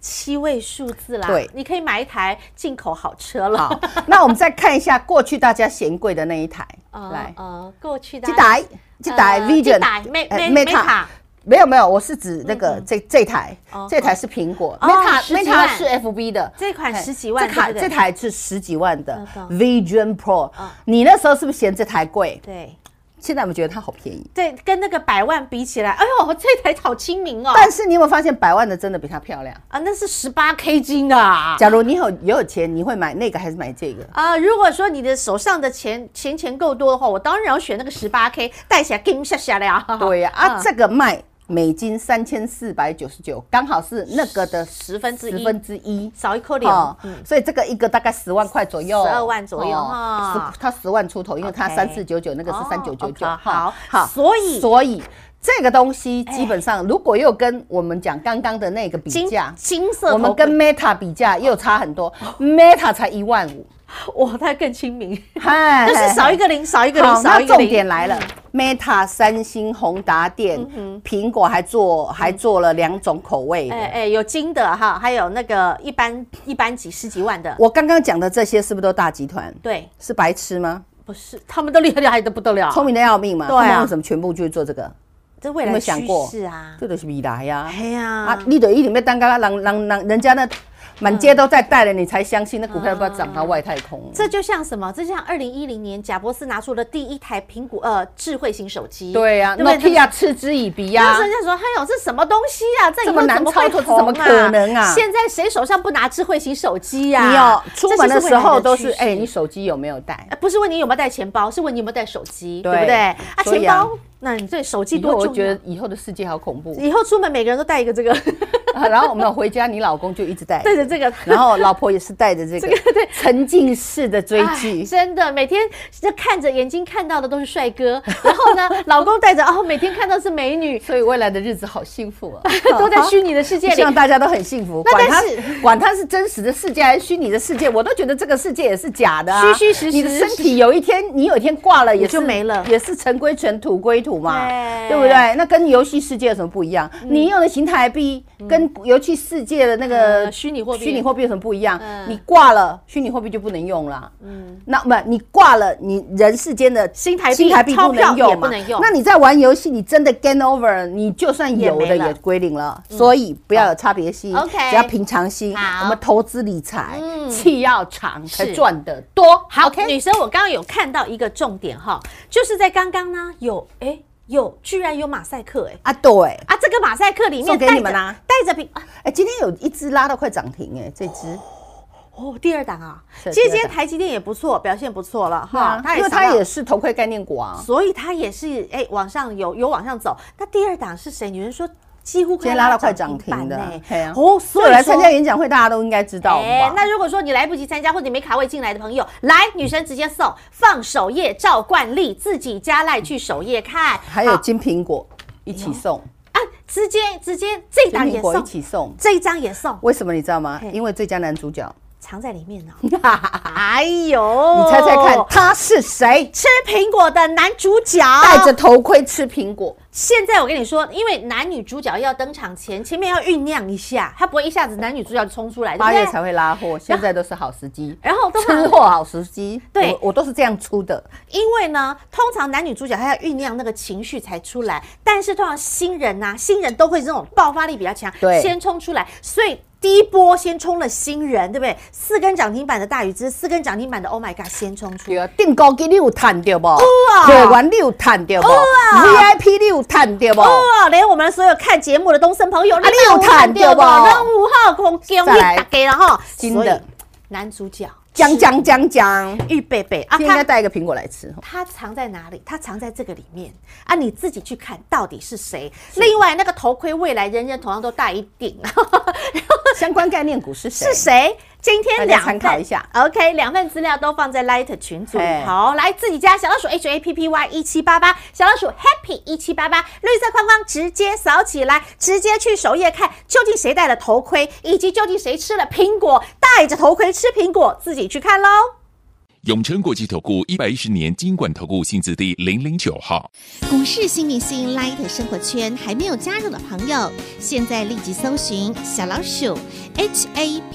Speaker 1: 七位数字啦，
Speaker 2: 对
Speaker 1: 你可以买一台进口好车了。
Speaker 2: 好，那我们再看一下过去大家嫌贵的那一台，来，
Speaker 1: 呃，过去的
Speaker 2: 这台这台
Speaker 1: 呃
Speaker 2: Vision，
Speaker 1: 这台 Me-
Speaker 2: 呃
Speaker 1: Me- Meta
Speaker 2: 没有没有，我是指那个这这台
Speaker 1: 嗯哦，
Speaker 2: 这台是苹果
Speaker 1: 哦
Speaker 2: ，Meta
Speaker 1: 十几万
Speaker 2: Meta 是 FB 的，
Speaker 1: 这款
Speaker 2: 嘿
Speaker 1: 十几万
Speaker 2: 这台
Speaker 1: 对不对
Speaker 2: 这台是十几万的
Speaker 1: 嗯懂嗯
Speaker 2: Vision Pro，你那时候是不是嫌这台贵？
Speaker 1: 对
Speaker 2: 现在我们觉得它好便宜。
Speaker 1: 对，跟那个百万比起来，哎呦，这台好亲民哦。
Speaker 2: 但是你有没有发现，百万的真的比它漂亮？
Speaker 1: 啊，那是十八 K 金的啊。
Speaker 2: 假如你有也有钱，你会买那个还是买这个？
Speaker 1: 啊、如果说你的手上的钱钱钱够多的话，我当然要选那个十八 K，带起来 game 下下来啊。
Speaker 2: 对呀、啊，
Speaker 1: 嗯
Speaker 2: 这个卖美金三千四百九十九，刚好是那个的
Speaker 1: 十分之一
Speaker 2: 十分之一。
Speaker 1: 少一颗脸，嗯
Speaker 2: 哦，所以这个一个大概十万块左右，
Speaker 1: 12万左右哈
Speaker 2: 哦十它十万出头，因为它
Speaker 1: OK
Speaker 2: 三四九九，那个是
Speaker 1: 哦
Speaker 2: 三九九
Speaker 1: OK，
Speaker 2: 九，
Speaker 1: 好
Speaker 2: 哈
Speaker 1: 所以哎
Speaker 2: 所以这个东西基本上，如果又跟我们讲刚刚的那个比
Speaker 1: 金
Speaker 2: 价，
Speaker 1: 金色头盔，
Speaker 2: 我们跟 Meta 比价又差很多，Meta 才一万五，
Speaker 1: 哇，它更亲 民，
Speaker 2: 嗨
Speaker 1: 就是少一个零，少一个零，
Speaker 2: 哎好，
Speaker 1: 少
Speaker 2: 那
Speaker 1: 一个零。嗯
Speaker 2: 重点来了，Meta、三星、宏达电、苹果还做还做了两种口味的。
Speaker 1: 嗯哎哎，有金的哈，还有那个一般一般几十几万的，
Speaker 2: 我刚刚讲的这些是不是都大集团？
Speaker 1: 对，
Speaker 2: 是白痴吗？
Speaker 1: 不是他们都厉害厉害的不得了，
Speaker 2: 聪明的要命嘛！
Speaker 1: 对啊
Speaker 2: 他们为什么全部就做这个？
Speaker 1: 这未
Speaker 2: 有没
Speaker 1: 来
Speaker 2: 有
Speaker 1: 趋
Speaker 2: 想过
Speaker 1: 势啊，
Speaker 2: 这就是未来呀！
Speaker 1: 哎呀，
Speaker 2: 啊，你得一定要当刚刚人人人人家那满街都在带了，你才相信那股票不要涨到外太空。
Speaker 1: 这就像什么？这就像二零一零年贾伯斯拿出了第一台苹果呃智慧型手机，
Speaker 2: 对呀
Speaker 1: 对不对？
Speaker 2: ，Nokia 嗤之以鼻啊
Speaker 1: 那
Speaker 2: 呀
Speaker 1: 时候。人家说：“哎呦，这什么东西啊？这以
Speaker 2: 这
Speaker 1: 后
Speaker 2: 么
Speaker 1: 怎
Speaker 2: 难
Speaker 1: 么
Speaker 2: 操
Speaker 1: 会
Speaker 2: 作
Speaker 1: 红啊？
Speaker 2: 这怎么可能啊
Speaker 1: 现在谁手上不拿智慧型手机呀、
Speaker 2: 你
Speaker 1: 啊
Speaker 2: 哦？，出门的时候都是
Speaker 1: 这就是未来的
Speaker 2: 哎，
Speaker 1: 趋
Speaker 2: 你
Speaker 1: 势
Speaker 2: 手机有没有带？
Speaker 1: 呃不是问你有没有带钱包，是问你有没有带手机，对
Speaker 2: 对
Speaker 1: 不对？啊，
Speaker 2: 所
Speaker 1: 钱
Speaker 2: 以啊
Speaker 1: 包，那你对手机
Speaker 2: 以后
Speaker 1: 多
Speaker 2: 我
Speaker 1: 重啊
Speaker 2: 觉
Speaker 1: 要？
Speaker 2: 得以后的世界好恐怖。
Speaker 1: 以后出门每个人都带一个这个，
Speaker 2: 啊然后我们回家，你老公就一直带，
Speaker 1: 带着这个。”
Speaker 2: 然后老婆也是带 着这个，对，沉浸式的追
Speaker 1: 哎
Speaker 2: 剧。
Speaker 1: 真的每天就看着眼睛看到的都是帅哥，然后呢， 老公带着哦，每天看到是美女，
Speaker 2: 所以未来的日子好幸福啊！
Speaker 1: 都在虚拟的世界
Speaker 2: 希
Speaker 1: 里
Speaker 2: 望。大家都很幸福。
Speaker 1: 那
Speaker 2: 管它
Speaker 1: 但
Speaker 2: 管它是真实的世界还是虚拟的世界，我都觉得这个世界也是假的啊。
Speaker 1: 虚虚实实
Speaker 2: 你的身体有一天，你有一天挂了也
Speaker 1: 也
Speaker 2: 是
Speaker 1: 就没了哎
Speaker 2: 也是尘归尘，土归土嘛，
Speaker 1: 对
Speaker 2: 对不对？那跟游戏世界有什么不一样？
Speaker 1: 嗯
Speaker 2: 你用的形态币跟游戏世界的那
Speaker 1: 呃，
Speaker 2: 个
Speaker 1: 嗯虚拟货币，
Speaker 2: 虚拟货币有什么不一样？
Speaker 1: 嗯
Speaker 2: 你挂了，虚拟货币就不能用了。嗯，那不，你挂了，你人世间的
Speaker 1: 新台币
Speaker 2: 新台币
Speaker 1: 钞
Speaker 2: 不
Speaker 1: 票
Speaker 2: 能用
Speaker 1: 也
Speaker 2: 嘛？
Speaker 1: 不能用
Speaker 2: 那你在玩游戏，你真的 game over，你就算有
Speaker 1: 也没
Speaker 2: 的
Speaker 1: 了嗯
Speaker 2: 也归零了。所以不要有差别心
Speaker 1: 好 OK
Speaker 2: 只要平常心。
Speaker 1: 好
Speaker 2: 我们投资理财
Speaker 1: 嗯，
Speaker 2: 气要长才
Speaker 1: 是
Speaker 2: 赚得多。
Speaker 1: 好
Speaker 2: OK
Speaker 1: 女生，我刚刚有看到一个重点哈，就是在刚刚呢，有哎有，居然有马赛克哎
Speaker 2: 啊，对。
Speaker 1: 啊，这个马赛克里面
Speaker 2: 送给
Speaker 1: 带
Speaker 2: 你们
Speaker 1: 着
Speaker 2: 啦
Speaker 1: 带着屏啊
Speaker 2: 哎，今天有一只拉到快涨停，哎，这只，
Speaker 1: 哦，第二档啊，
Speaker 2: 是
Speaker 1: 其实今
Speaker 2: 第二
Speaker 1: 天
Speaker 2: 档
Speaker 1: 台积电也不错，表现不错了哈
Speaker 2: 啊，，因为
Speaker 1: 上
Speaker 2: 它
Speaker 1: 了
Speaker 2: 也是头盔概念股啊。
Speaker 1: 所以它也是哎往上有有往上走。那第二档是谁？有人说几乎
Speaker 2: 今
Speaker 1: 快
Speaker 2: 天拉到快
Speaker 1: 涨
Speaker 2: 涨
Speaker 1: 停板
Speaker 2: 停的
Speaker 1: 呢，
Speaker 2: 嘿啊
Speaker 1: 哦，
Speaker 2: 所以来参加演讲会，大家都应该知道吧？
Speaker 1: 哎那如果说你来不及参加或者没卡位进来的朋友，来女生直接送放首页，照惯例自己加赖去首页看，
Speaker 2: 还有
Speaker 1: 好哎
Speaker 2: 金苹果一起送，
Speaker 1: 啊，直接直接这一
Speaker 2: 金
Speaker 1: 档
Speaker 2: 苹
Speaker 1: 也
Speaker 2: 果一
Speaker 1: 送，
Speaker 2: 起送。
Speaker 1: 这一张也送，
Speaker 2: 为什么你知道吗
Speaker 1: 嘿？
Speaker 2: 因为最佳男主 角，
Speaker 1: 藏在里面 呢、哎呦，
Speaker 2: 你猜猜
Speaker 1: 哦
Speaker 2: 看他是谁？
Speaker 1: 吃苹果的男主角
Speaker 2: 戴着头盔吃苹果，
Speaker 1: 现在我跟你说，因为男女主角要登场前，前面要酝酿一下，他不会一下子男女主角就冲出来，对不
Speaker 2: 八
Speaker 1: 对
Speaker 2: 月才会拉货，现在都是好时机，
Speaker 1: 然后通
Speaker 2: 吃
Speaker 1: 常，
Speaker 2: 货好时机。
Speaker 1: 对嗯
Speaker 2: 我我都是这样出的。
Speaker 1: 因为呢，通常男女主角他要酝酿那个情绪才出来，但是通常新人呐、新人都会这种爆发力比较强，
Speaker 2: 对
Speaker 1: 先冲出来，所以第一波先冲了新人，对不对？四根涨停板的大禹之，四根涨停板的 Oh my God，先冲出来
Speaker 2: 对啊，订购给你有赚到不？
Speaker 1: 啊
Speaker 2: 会员你有赚到不
Speaker 1: 啊
Speaker 2: ？VIP 你有赚到不？
Speaker 1: 哦，连我们所有看节目的东森朋友，
Speaker 2: 你啊有看到吗
Speaker 1: 那五号空给我们
Speaker 2: 再来
Speaker 1: 打给了哈，
Speaker 2: 新
Speaker 1: 所以
Speaker 2: 的
Speaker 1: 男主角
Speaker 2: 讲讲讲讲，
Speaker 1: 玉贝贝啊，
Speaker 2: 今天应该
Speaker 1: 他
Speaker 2: 带一个苹果来吃。
Speaker 1: 他藏在哪里？他藏在这个里面啊，你自己去看到底是谁。另外那 个头盔，未来人人同样都戴一顶，然后
Speaker 2: 相关概念股是谁
Speaker 1: 是？谁？今天
Speaker 2: 大
Speaker 1: 两
Speaker 2: 家参考一下
Speaker 1: 份 OK，两份资料都放在 Light 群组里
Speaker 2: 哎
Speaker 1: 头。来自己家小老鼠 H A P P Y 一七八八，小老鼠 Happy 一七八八，绿色框框直接扫起来，直接去首页看究竟谁戴了头盔，以及究竟谁吃了苹果，戴着头盔吃苹果，自己去看喽。
Speaker 3: 永诚国际投顾一百一十年金管投顾性质第零零九号。
Speaker 4: 股市新明星 Light 生活圈还没有加入的朋友，现在立即搜寻小老鼠 HAPPY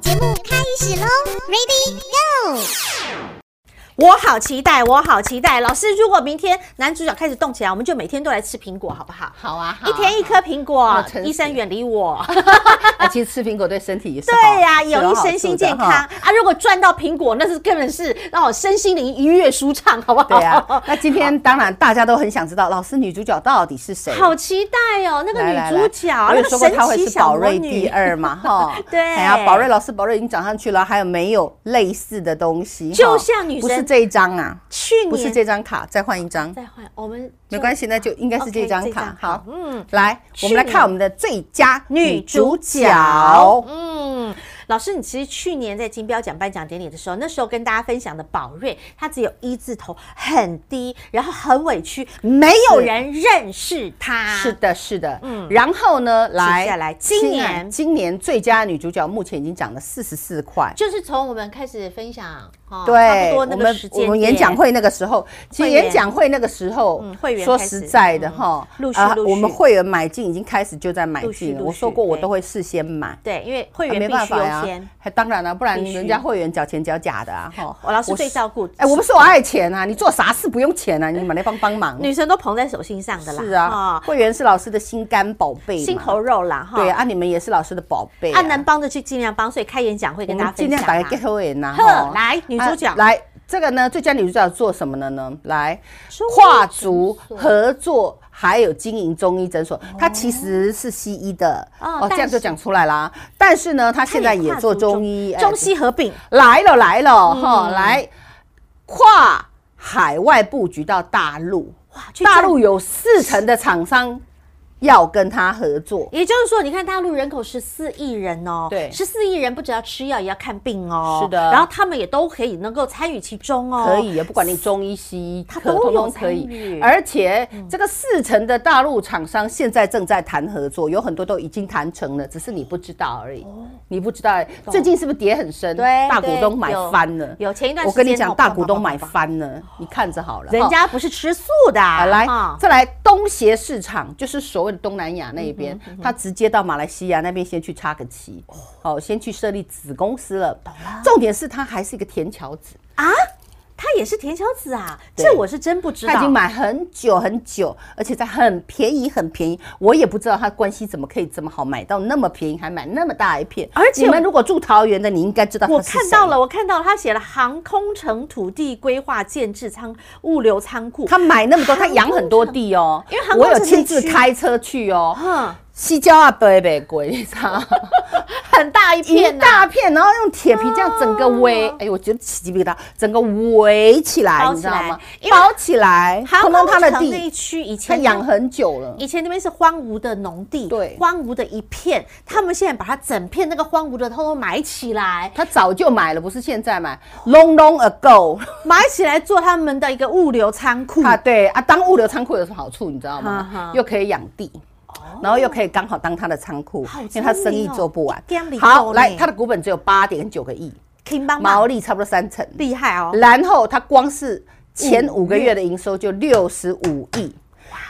Speaker 4: 节目开始喽，Ready Go！
Speaker 1: 我好期待，我好期待。老师，如果明天男主角开始动起来，我们就每天都来吃苹果，好不好？
Speaker 2: 好啊，
Speaker 1: 一天一颗苹果
Speaker 2: 那诚，实
Speaker 1: 医生远离我。
Speaker 2: 啊，其实吃苹果对身体也是好
Speaker 1: 对呀、
Speaker 2: 是
Speaker 1: 有益
Speaker 2: 好
Speaker 1: 身
Speaker 2: 处
Speaker 1: 心
Speaker 2: 的
Speaker 1: 健康
Speaker 2: 哈
Speaker 1: 啊！如果赚到苹果，那是根本是让我身心灵愉悦舒畅，好不好？
Speaker 2: 对啊，那今天当然大家都很想知道，老师女主角到底是谁？
Speaker 1: 好期待哦，那个
Speaker 2: 来来
Speaker 1: 女主
Speaker 2: 来
Speaker 1: 角，
Speaker 2: 我
Speaker 1: 那
Speaker 2: 有
Speaker 1: 个
Speaker 2: 说过她
Speaker 1: 神
Speaker 2: 会
Speaker 1: 奇
Speaker 2: 是
Speaker 1: 小
Speaker 2: 宝
Speaker 1: 魔
Speaker 2: 瑞第
Speaker 1: 女，，
Speaker 2: 二 嘛，哈
Speaker 1: 对
Speaker 2: 哎呀，宝瑞老师，宝瑞已经涨上去了，还有没有类似的东西？哈
Speaker 1: 就像女神
Speaker 2: 不是这一张啊，
Speaker 1: 去
Speaker 2: 不是
Speaker 1: 年
Speaker 2: 这张卡，再换一张，
Speaker 1: 再换我们
Speaker 2: 没关
Speaker 1: 系，
Speaker 2: 系，那就应该是
Speaker 1: OK，
Speaker 2: 这张
Speaker 1: 这张
Speaker 2: 卡。
Speaker 1: 卡
Speaker 2: 好，
Speaker 1: 嗯
Speaker 2: 嗯，来，我们来看我们的最佳女主角。
Speaker 1: 嗯，老师，你其实去年在金标奖颁奖典礼的时候，那时候跟大家分享的宝瑞，她只有一字头，很低，然后很委屈，没有
Speaker 2: 是
Speaker 1: 人认识她。
Speaker 2: 是的，是的，
Speaker 1: 嗯
Speaker 2: 啊嗯，然后呢，来，
Speaker 1: 下来今
Speaker 2: 亲爱
Speaker 1: 年
Speaker 2: 今年最佳女主角目前已经涨了四十四块，
Speaker 1: 就是从我们开始分享，哦差
Speaker 2: 对，
Speaker 1: 不多
Speaker 2: 我
Speaker 1: 那个
Speaker 2: 们
Speaker 1: 时间
Speaker 2: 我们演讲
Speaker 1: 点
Speaker 2: 会那个时候，其实
Speaker 1: 会员
Speaker 2: 演讲会那个时候，
Speaker 1: 嗯会员
Speaker 2: 说
Speaker 1: 开始
Speaker 2: 实在的哈，啊
Speaker 1: 嗯陆续陆续
Speaker 2: 我们会员买进已经开始就在买
Speaker 1: 陆续
Speaker 2: 进了，
Speaker 1: 陆
Speaker 2: 我
Speaker 1: 续
Speaker 2: 说过我
Speaker 1: 对
Speaker 2: 都会事先买。
Speaker 1: 对，因为会
Speaker 2: 啊
Speaker 1: 员
Speaker 2: 没
Speaker 1: 必
Speaker 2: 办
Speaker 1: 须优
Speaker 2: 法呀
Speaker 1: 先。，
Speaker 2: 还当然了、不然
Speaker 1: 必须
Speaker 2: 人家会员缴钱缴假的啊，哈
Speaker 1: 哦我老师最
Speaker 2: 是
Speaker 1: 照顾
Speaker 2: 哎、我不是我爱钱啊，你做啥事不 用钱啊，你买来帮帮忙。
Speaker 1: 女生都捧在手心上的啦，
Speaker 2: 是啊，
Speaker 1: 哦
Speaker 2: 会员是老师的心肝宝贝嘛，
Speaker 1: 心头肉啦，哈
Speaker 2: 对啊，你们也是老师的宝贝、啊，
Speaker 1: 按能帮的去尽量帮，所以开演讲会
Speaker 2: 我
Speaker 1: 跟大家
Speaker 2: 们
Speaker 1: 分
Speaker 2: 尽
Speaker 1: 享啊
Speaker 2: 量
Speaker 1: 啦。
Speaker 2: 打给 get 会员呐。
Speaker 1: 呵
Speaker 2: 吼
Speaker 1: 来女主角
Speaker 2: 啊来这个呢，最佳女主角做什么的呢？来
Speaker 1: 中医
Speaker 2: 跨
Speaker 1: 诊
Speaker 2: 足
Speaker 1: 所
Speaker 2: 合作。还有经营中医诊所，她其实是西医的
Speaker 1: 哦
Speaker 2: 哦，这
Speaker 1: 但
Speaker 2: 样
Speaker 1: 是
Speaker 2: 就讲出来啦。但是呢，她
Speaker 1: 她
Speaker 2: 现在也
Speaker 1: 跨
Speaker 2: 做
Speaker 1: 足
Speaker 2: 中医，哎
Speaker 1: 中西合并，
Speaker 2: 来了来了哈，来跨海外布局到大陆，
Speaker 1: 哇，去
Speaker 2: 大
Speaker 1: 赚
Speaker 2: 陆，有四成的厂商要跟她合作，
Speaker 1: 也就是说，你看大陆人口十四亿人哦，
Speaker 2: 对
Speaker 1: 十四亿人不只要吃药，也要看病哦，
Speaker 2: 是的
Speaker 1: 然后他们也都可以能够参与其中哦，
Speaker 2: 可以，不管你中医、西医，
Speaker 1: 它
Speaker 2: 可
Speaker 1: 都
Speaker 2: 通
Speaker 1: 有
Speaker 2: 通可
Speaker 1: 参
Speaker 2: 以
Speaker 1: 与。嗯
Speaker 2: 而且这个四成的大陆厂商现在正在谈合作，有很多都已经谈成了，只是你不知道而已。你不知道而已，最近是不是跌很深？
Speaker 1: 哦对
Speaker 2: 大股
Speaker 1: 对
Speaker 2: 东买
Speaker 1: 有
Speaker 2: 翻了。
Speaker 1: 有前一段
Speaker 2: 我
Speaker 1: 时间
Speaker 2: 跟你讲，
Speaker 1: 哦
Speaker 2: 大股东
Speaker 1: 啪啪
Speaker 2: 买，
Speaker 1: 啪啪
Speaker 2: 翻了，你看着好了。
Speaker 1: 啪人
Speaker 2: 哈
Speaker 1: 家不是吃素的啊，
Speaker 2: 啊来
Speaker 1: 哈，
Speaker 2: 再来东协市场，就是所谓的东南亚那
Speaker 1: 嗯
Speaker 2: 边，他直接到马来西亚那边先去插个旗，哦，先去设立子公司了。重点是他还是一个田乔子。
Speaker 1: 他也是田小子啊，
Speaker 2: 对
Speaker 1: 这我是真不知道，
Speaker 2: 他已经买很久很久，而且在很便宜很便宜，我也不知道他关系怎么可以这么好，买到那么便宜，还买那么大一片。
Speaker 1: 而且
Speaker 2: 你们如果住桃园的，你应该知道
Speaker 1: 我
Speaker 2: 他是谁
Speaker 1: 看到了，，我看到了他写了航空城土地规划建制仓物流仓库，
Speaker 2: 他买那么多，他养很多地哦，
Speaker 1: 因为航空
Speaker 2: 我
Speaker 1: 城
Speaker 2: 有
Speaker 1: 内
Speaker 2: 亲自
Speaker 1: 区
Speaker 2: 开车去哦，
Speaker 1: 嗯，
Speaker 2: 西郊啊北北鬼，你知道吗。
Speaker 1: 很 大一
Speaker 2: 一
Speaker 1: 片呐、啊哦
Speaker 2: 大片，然后用铁皮这样整个围，哎呦，我觉得起鸡皮疙瘩，整个围起来，
Speaker 1: 包
Speaker 2: 你
Speaker 1: 起
Speaker 2: 知
Speaker 1: 来
Speaker 2: 道吗
Speaker 1: 因为？
Speaker 2: 包起来，
Speaker 1: 航
Speaker 2: 通通
Speaker 1: 空
Speaker 2: 他的
Speaker 1: 城那一
Speaker 2: 地，
Speaker 1: 区以
Speaker 2: 他
Speaker 1: 前
Speaker 2: 养很久了。
Speaker 1: 以前那边是荒芜的农地，
Speaker 2: 对
Speaker 1: 荒芜的一片，他们现在把它整片那个荒芜的通通埋起来，
Speaker 2: 他早就买了，不是现在买，long long ago
Speaker 1: 埋起来做他们的一个物流仓库。
Speaker 2: 啊，对啊，当物流仓库有什么好处，你知道
Speaker 1: 哈哈
Speaker 2: 吗？又可以养地。然后又可以刚哦好当他的仓库
Speaker 1: 好，
Speaker 2: 因为他
Speaker 1: 聪明
Speaker 2: 生意
Speaker 1: 哦
Speaker 2: 做不完
Speaker 1: 一点理。都
Speaker 2: 好，
Speaker 1: 呢
Speaker 2: 来，他的股本只有八点九个亿，
Speaker 1: King 帮
Speaker 2: 毛
Speaker 1: 忙
Speaker 2: 利差不多三成，
Speaker 1: 厉害哦，
Speaker 2: 啊然后他光是前五个月的营收就六十五亿，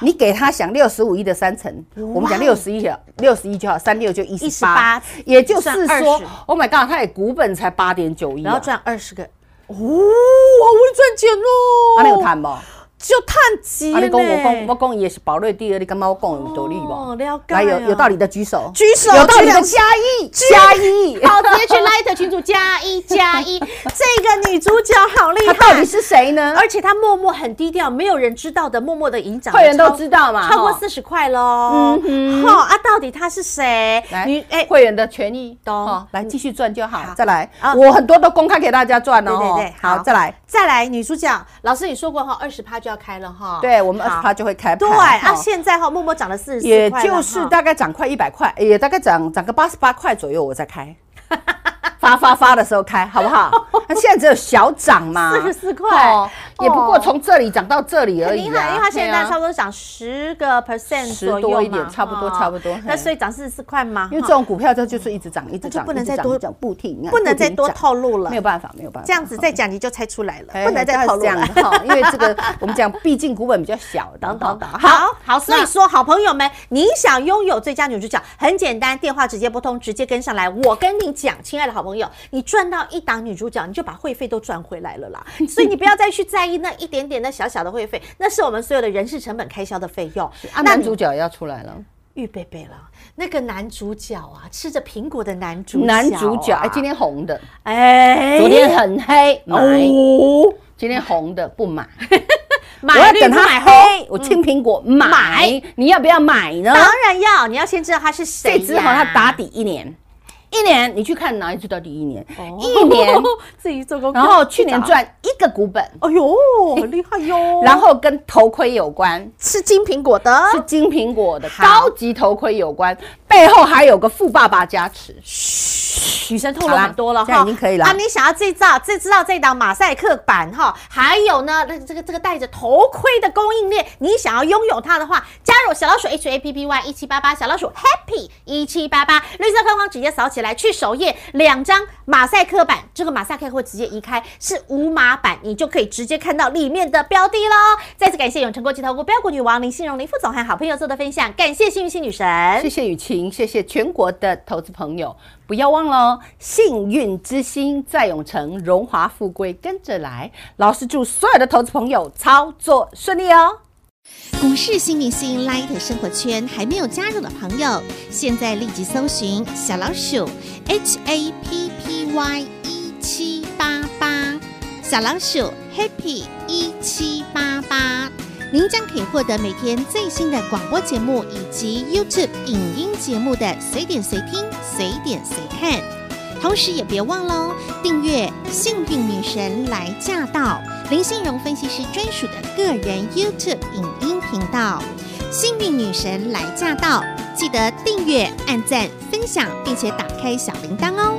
Speaker 2: 你给他想六十五亿的三成，我们讲六十亿，啊六十亿就好，三六就一十
Speaker 1: 18
Speaker 2: 八，也就是
Speaker 1: 算
Speaker 2: 说
Speaker 1: 20
Speaker 2: ，Oh my god，他的股本才八点九亿啊，
Speaker 1: 然后赚二十个，哦，好会赚钱哦。
Speaker 2: 啊他那有谈不？
Speaker 1: 就趁机
Speaker 2: 啊，
Speaker 1: 呢。
Speaker 2: 你讲我讲我讲也是宝瑞第二，你感觉我讲有道理
Speaker 1: 哦
Speaker 2: 无？
Speaker 1: 了解啊
Speaker 2: 来有有道理的举手，
Speaker 1: 举手
Speaker 2: 有道理
Speaker 1: 举
Speaker 2: 的
Speaker 1: 手
Speaker 2: 加一加一，
Speaker 1: 好，直接去 Light 哎群主加一加一，这个女主角好厉
Speaker 2: 他
Speaker 1: 害，
Speaker 2: 到底是谁呢？
Speaker 1: 而且她默默很低调，没有人知道的，默默的影响。
Speaker 2: 会员都知道嘛
Speaker 1: 超过
Speaker 2: 啊哈
Speaker 1: 四十块喽。嗯哼，啊，到底她是谁？
Speaker 2: 来
Speaker 1: 女，哎，
Speaker 2: 会员的权益
Speaker 1: 懂
Speaker 2: 哦来继续赚就好
Speaker 1: 好。
Speaker 2: 再来
Speaker 1: 啊，
Speaker 2: 我很多都公开给大家赚
Speaker 1: 对
Speaker 2: 哦。
Speaker 1: 对对，
Speaker 2: 好，再来，
Speaker 1: 再来，女主角，老师你说过哈，二十趴就要开了哈。
Speaker 2: 对我们二
Speaker 1: 好
Speaker 2: 十趴就会开牌。
Speaker 1: 对啊，
Speaker 2: 哈
Speaker 1: 现在哈默默涨了四十四
Speaker 2: 也就是大概涨快一百块，也大概涨涨个八十八块左右，我再 开。发发发的时候开，好不好？那现在只有小涨 嘛，
Speaker 1: 44块
Speaker 2: 哦也不过
Speaker 1: 哦
Speaker 2: 从这里涨到这里而
Speaker 1: 很
Speaker 2: 已
Speaker 1: 厉
Speaker 2: 啊。
Speaker 1: 害，哎因为它现在
Speaker 2: 对啊
Speaker 1: 差不多涨十个 percent
Speaker 2: 10
Speaker 1: 左右
Speaker 2: 多一
Speaker 1: 嘛
Speaker 2: 点差不多
Speaker 1: 哈
Speaker 2: 差不多
Speaker 1: 那
Speaker 2: 嘿
Speaker 1: 所以涨四十四块嘛，
Speaker 2: 因为这
Speaker 1: 哈
Speaker 2: 种股票它就是一直涨，一
Speaker 1: 就
Speaker 2: 直涨，
Speaker 1: 不能
Speaker 2: 一直
Speaker 1: 再
Speaker 2: 涨
Speaker 1: 多
Speaker 2: 涨不停啊，
Speaker 1: 不能
Speaker 2: 停
Speaker 1: 再多
Speaker 2: 涨
Speaker 1: 透露了
Speaker 2: 没有办法，没有办法。
Speaker 1: 这样子
Speaker 2: 哈
Speaker 1: 再讲你就猜出来了，
Speaker 2: 哎
Speaker 1: 不能再
Speaker 2: 大概
Speaker 1: 透
Speaker 2: 是
Speaker 1: 露
Speaker 2: 这样
Speaker 1: 了。
Speaker 2: 子哈，因为这个我们讲，毕竟股本比较小，
Speaker 1: 等等等，
Speaker 2: 哈
Speaker 1: 好好，所以
Speaker 2: 那
Speaker 1: 说好朋友们，你想拥有最佳女主角，很简单，电话直接拨通，直接跟上来。我跟你讲，亲爱的好朋友，你赚到一档女主角，你就把会费都赚回来了 啦。所以你不要再去在意那一点点的小小的会费，那是我们所有的人事成本开销的费用。
Speaker 2: 啊，
Speaker 1: 那
Speaker 2: 男
Speaker 1: 你
Speaker 2: 主角也要出来了，
Speaker 1: 玉贝贝了，那个男主角啊，吃着苹果的男主角、啊
Speaker 2: 男主角哎，今天红的，
Speaker 1: 哎，
Speaker 2: 昨天很黑买，
Speaker 1: 哦，
Speaker 2: 今天红的不买，
Speaker 1: 买
Speaker 2: 我要
Speaker 1: 绿
Speaker 2: 等哦
Speaker 1: 不
Speaker 2: 它
Speaker 1: 买
Speaker 2: 黑
Speaker 1: 红，，
Speaker 2: 我青苹果买
Speaker 1: 买，
Speaker 2: 你要不要买呢？
Speaker 1: 当然要，你要先知道他是谁
Speaker 2: 这
Speaker 1: 呀。
Speaker 2: 只好它打底一年，一年你去看哪一只到底一年，
Speaker 1: 哦
Speaker 2: 一年，
Speaker 1: 自己做功课，
Speaker 2: 然后去年
Speaker 1: 去找，
Speaker 2: 赚一个股本，
Speaker 1: 哎呦，厉害 哟！
Speaker 2: 然后跟头盔有关。
Speaker 1: 吃金苹果的，
Speaker 2: 是金苹果的
Speaker 1: 哦好
Speaker 2: 高级头盔有关，背后还有个富爸爸加持。
Speaker 1: 女生透露很多了
Speaker 2: 好啦这样已经可以了
Speaker 1: 啊，你想要这造这知道这档马赛克版哈，还有呢，那这个这个戴着头盔的供应链，你想要拥有它的话，加入小老鼠 H A P P Y 一七八八，小老鼠 Happy 一七八八，绿色框框直接扫起来，去首页两张马赛克版，这个马赛克会直接移开，是无码版，你就可以直接看到里面的标的喽。再次感谢永诚国际投顾标股女王林信荣林副总和好朋友做的分享，感谢幸运星女神，
Speaker 2: 谢谢雨晴，谢谢全国的投资朋友，不要忘了哦，幸运之星在永城，荣华富贵跟着来。老师祝所有的投资朋友操作顺利哦。
Speaker 4: 股市新明星 Light 生活圈还没有加入的朋友，现在立即搜寻小老鼠 HAPPY 一七八八，小老鼠 Happy 一七八八，您将可以获得每天最新的广播节目以及 YouTube 影音节目的随点随听、随点随看。同时也别忘喽，订阅“幸运女神来驾到”林信荣分析师专属的个人 YouTube 影音频道“幸运女神来驾到”，记得订阅、按赞、分享，并且打开小铃铛哦。